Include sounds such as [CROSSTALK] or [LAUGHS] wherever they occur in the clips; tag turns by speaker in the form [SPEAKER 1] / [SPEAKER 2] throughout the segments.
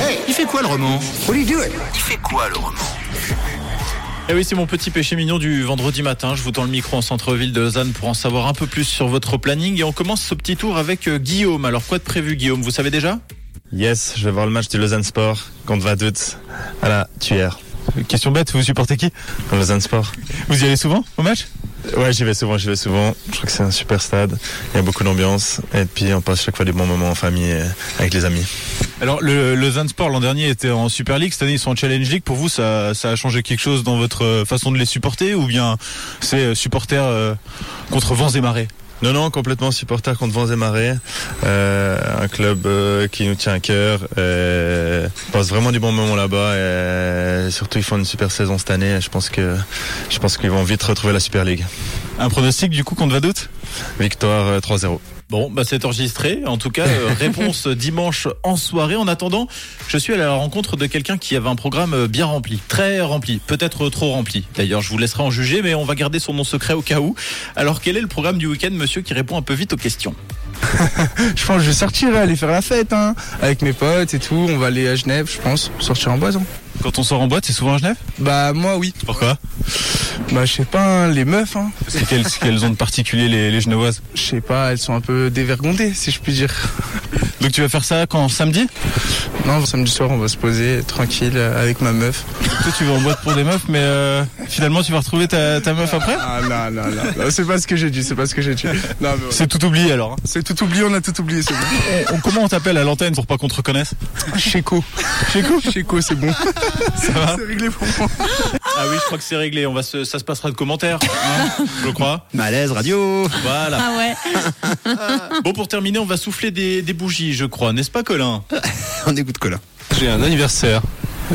[SPEAKER 1] Hey Il fait quoi le roman
[SPEAKER 2] What do you do it?
[SPEAKER 1] Il fait quoi le roman
[SPEAKER 3] Eh oui, c'est mon petit péché mignon du vendredi matin. Je vous tends le micro en centre-ville de Lausanne pour en savoir un peu plus sur votre planning. Et on commence ce petit tour avec euh, Guillaume. Alors, quoi de prévu, Guillaume Vous savez déjà
[SPEAKER 4] Yes, je vais voir le match du Lausanne Sport contre Vaduz à la tuyère.
[SPEAKER 5] Question bête, vous supportez qui
[SPEAKER 4] Lausanne Sport.
[SPEAKER 5] Vous y allez souvent au match
[SPEAKER 4] Ouais, j'y vais souvent, j'y vais souvent. Je crois que c'est un super stade. Il y a beaucoup d'ambiance. Et puis, on passe chaque fois des bons moments en famille et avec les amis.
[SPEAKER 5] Alors le Lausanne Sport l'an dernier était en Super League, cette année ils sont en Challenge League. Pour vous, ça, ça a changé quelque chose dans votre euh, façon de les supporter ou bien c'est euh, supporter euh, contre vents et marées
[SPEAKER 4] Non, non, complètement supporter contre Vents et Marais. Euh, un club euh, qui nous tient à cœur. Euh, on passe vraiment du bon moment là-bas. Et surtout, ils font une super saison cette année. Et Je pense que, je pense qu'ils vont vite retrouver la Super League.
[SPEAKER 5] Un pronostic du coup contre Vaduz
[SPEAKER 4] Victoire euh, 3-0.
[SPEAKER 3] Bon, bah c'est enregistré. En tout cas, euh,
[SPEAKER 5] [LAUGHS]
[SPEAKER 3] réponse dimanche en soirée. En attendant, je suis à la rencontre de quelqu'un qui avait un programme euh, bien rempli, très rempli, peut-être trop rempli. D'ailleurs, je vous laisserai en juger, mais on va garder son nom secret au cas où. Alors, quel est le programme du week-end, monsieur, qui répond un peu vite aux questions
[SPEAKER 6] Je pense que je vais sortir, aller faire la fête, hein, avec mes potes et tout. On va aller à Genève, je pense, sortir en boîte. hein.
[SPEAKER 5] Quand on sort en boîte, c'est souvent à Genève
[SPEAKER 6] Bah moi oui.
[SPEAKER 5] Pourquoi
[SPEAKER 6] Bah je sais pas, hein, les meufs, hein.
[SPEAKER 5] C'est qu'elles qu'elles ont de particulier les, les Genevoises.
[SPEAKER 6] Je sais pas, elles sont un peu dévergondées, si je puis dire.
[SPEAKER 5] Donc tu vas faire ça quand samedi
[SPEAKER 6] Non, samedi soir, on va se poser tranquille euh, avec ma meuf.
[SPEAKER 5] Toi tu vas en boîte pour des meufs, mais euh, finalement tu vas retrouver ta, ta meuf après
[SPEAKER 6] Ah non, non, non, non, [LAUGHS] c'est pas ce que j'ai dit, c'est pas ce que j'ai dit. Non, mais voilà.
[SPEAKER 5] C'est tout oublié alors. hein.
[SPEAKER 6] C'est tout oublié, on a tout oublié, c'est bon.
[SPEAKER 5] Eh, on- comment on t'appelle à l'antenne pour pas qu'on te reconnaisse
[SPEAKER 6] Chéco. Chéco Chéco, c'est [LAUGHS] bon. Ça
[SPEAKER 5] va
[SPEAKER 6] C'est réglé pour moi.
[SPEAKER 3] Ah oui, je crois que c'est réglé. On va se, ça se passera de commentaires, hein, je crois.
[SPEAKER 1] Malaise radio [LAUGHS]
[SPEAKER 3] Voilà.
[SPEAKER 7] Ah ouais.
[SPEAKER 3] Bon, pour terminer, on va souffler des, des bougies, je crois, n'est-ce pas, Colin
[SPEAKER 1] On écoute Colin.
[SPEAKER 8] J'ai un anniversaire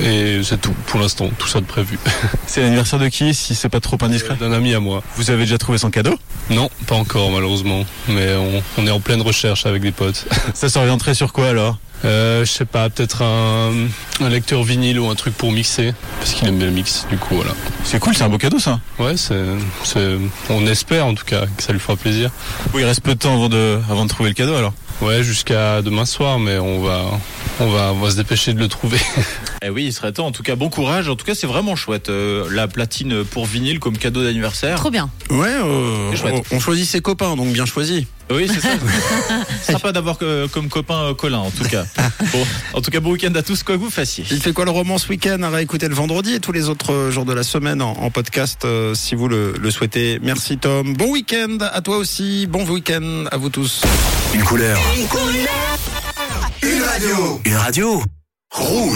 [SPEAKER 8] et c'est tout pour l'instant, tout ça de prévu. [LAUGHS]
[SPEAKER 5] C'est l'anniversaire de qui si c'est pas trop indiscret
[SPEAKER 3] Euh,
[SPEAKER 8] D'un ami à moi.
[SPEAKER 5] Vous avez déjà trouvé son cadeau
[SPEAKER 8] Non, pas encore malheureusement, mais on, on est en pleine recherche avec des potes.
[SPEAKER 5] Ça s'orienterait sur quoi alors
[SPEAKER 8] Euh, je sais pas, peut-être un, un lecteur vinyle ou un truc pour mixer, parce qu'il aime bien le mix, du coup voilà.
[SPEAKER 5] C'est cool, c'est un beau cadeau ça.
[SPEAKER 8] Ouais, c'est, c'est- on espère en tout cas que ça lui fera plaisir.
[SPEAKER 5] Oui, il reste peu de temps avant de, avant de trouver le cadeau alors.
[SPEAKER 8] Ouais, jusqu'à demain soir, mais on va, on va, on va se dépêcher de le trouver. [LAUGHS]
[SPEAKER 3] Eh oui, il serait temps. En tout cas, bon courage. En tout cas, c'est vraiment chouette. euh, la platine pour vinyle comme cadeau d'anniversaire.
[SPEAKER 7] Trop bien.
[SPEAKER 1] Ouais, euh,
[SPEAKER 3] C'est chouette.
[SPEAKER 1] on choisit ses copains, donc bien choisi.
[SPEAKER 3] Oui, c'est ça. Ce sera pas d'avoir que- comme copain euh, Colin, en tout cas. Bon, en tout cas, bon week-end à tous, quoi que vous fassiez.
[SPEAKER 1] Il fait quoi le roman ce week-end à réécouter le vendredi et tous les autres euh, jours de la semaine en, en podcast euh, si vous le, le souhaitez. Merci Tom. Bon week-end à toi aussi. Bon week-end à vous tous.
[SPEAKER 2] Une couleur.
[SPEAKER 1] Une radio.
[SPEAKER 2] Une radio. Rouge.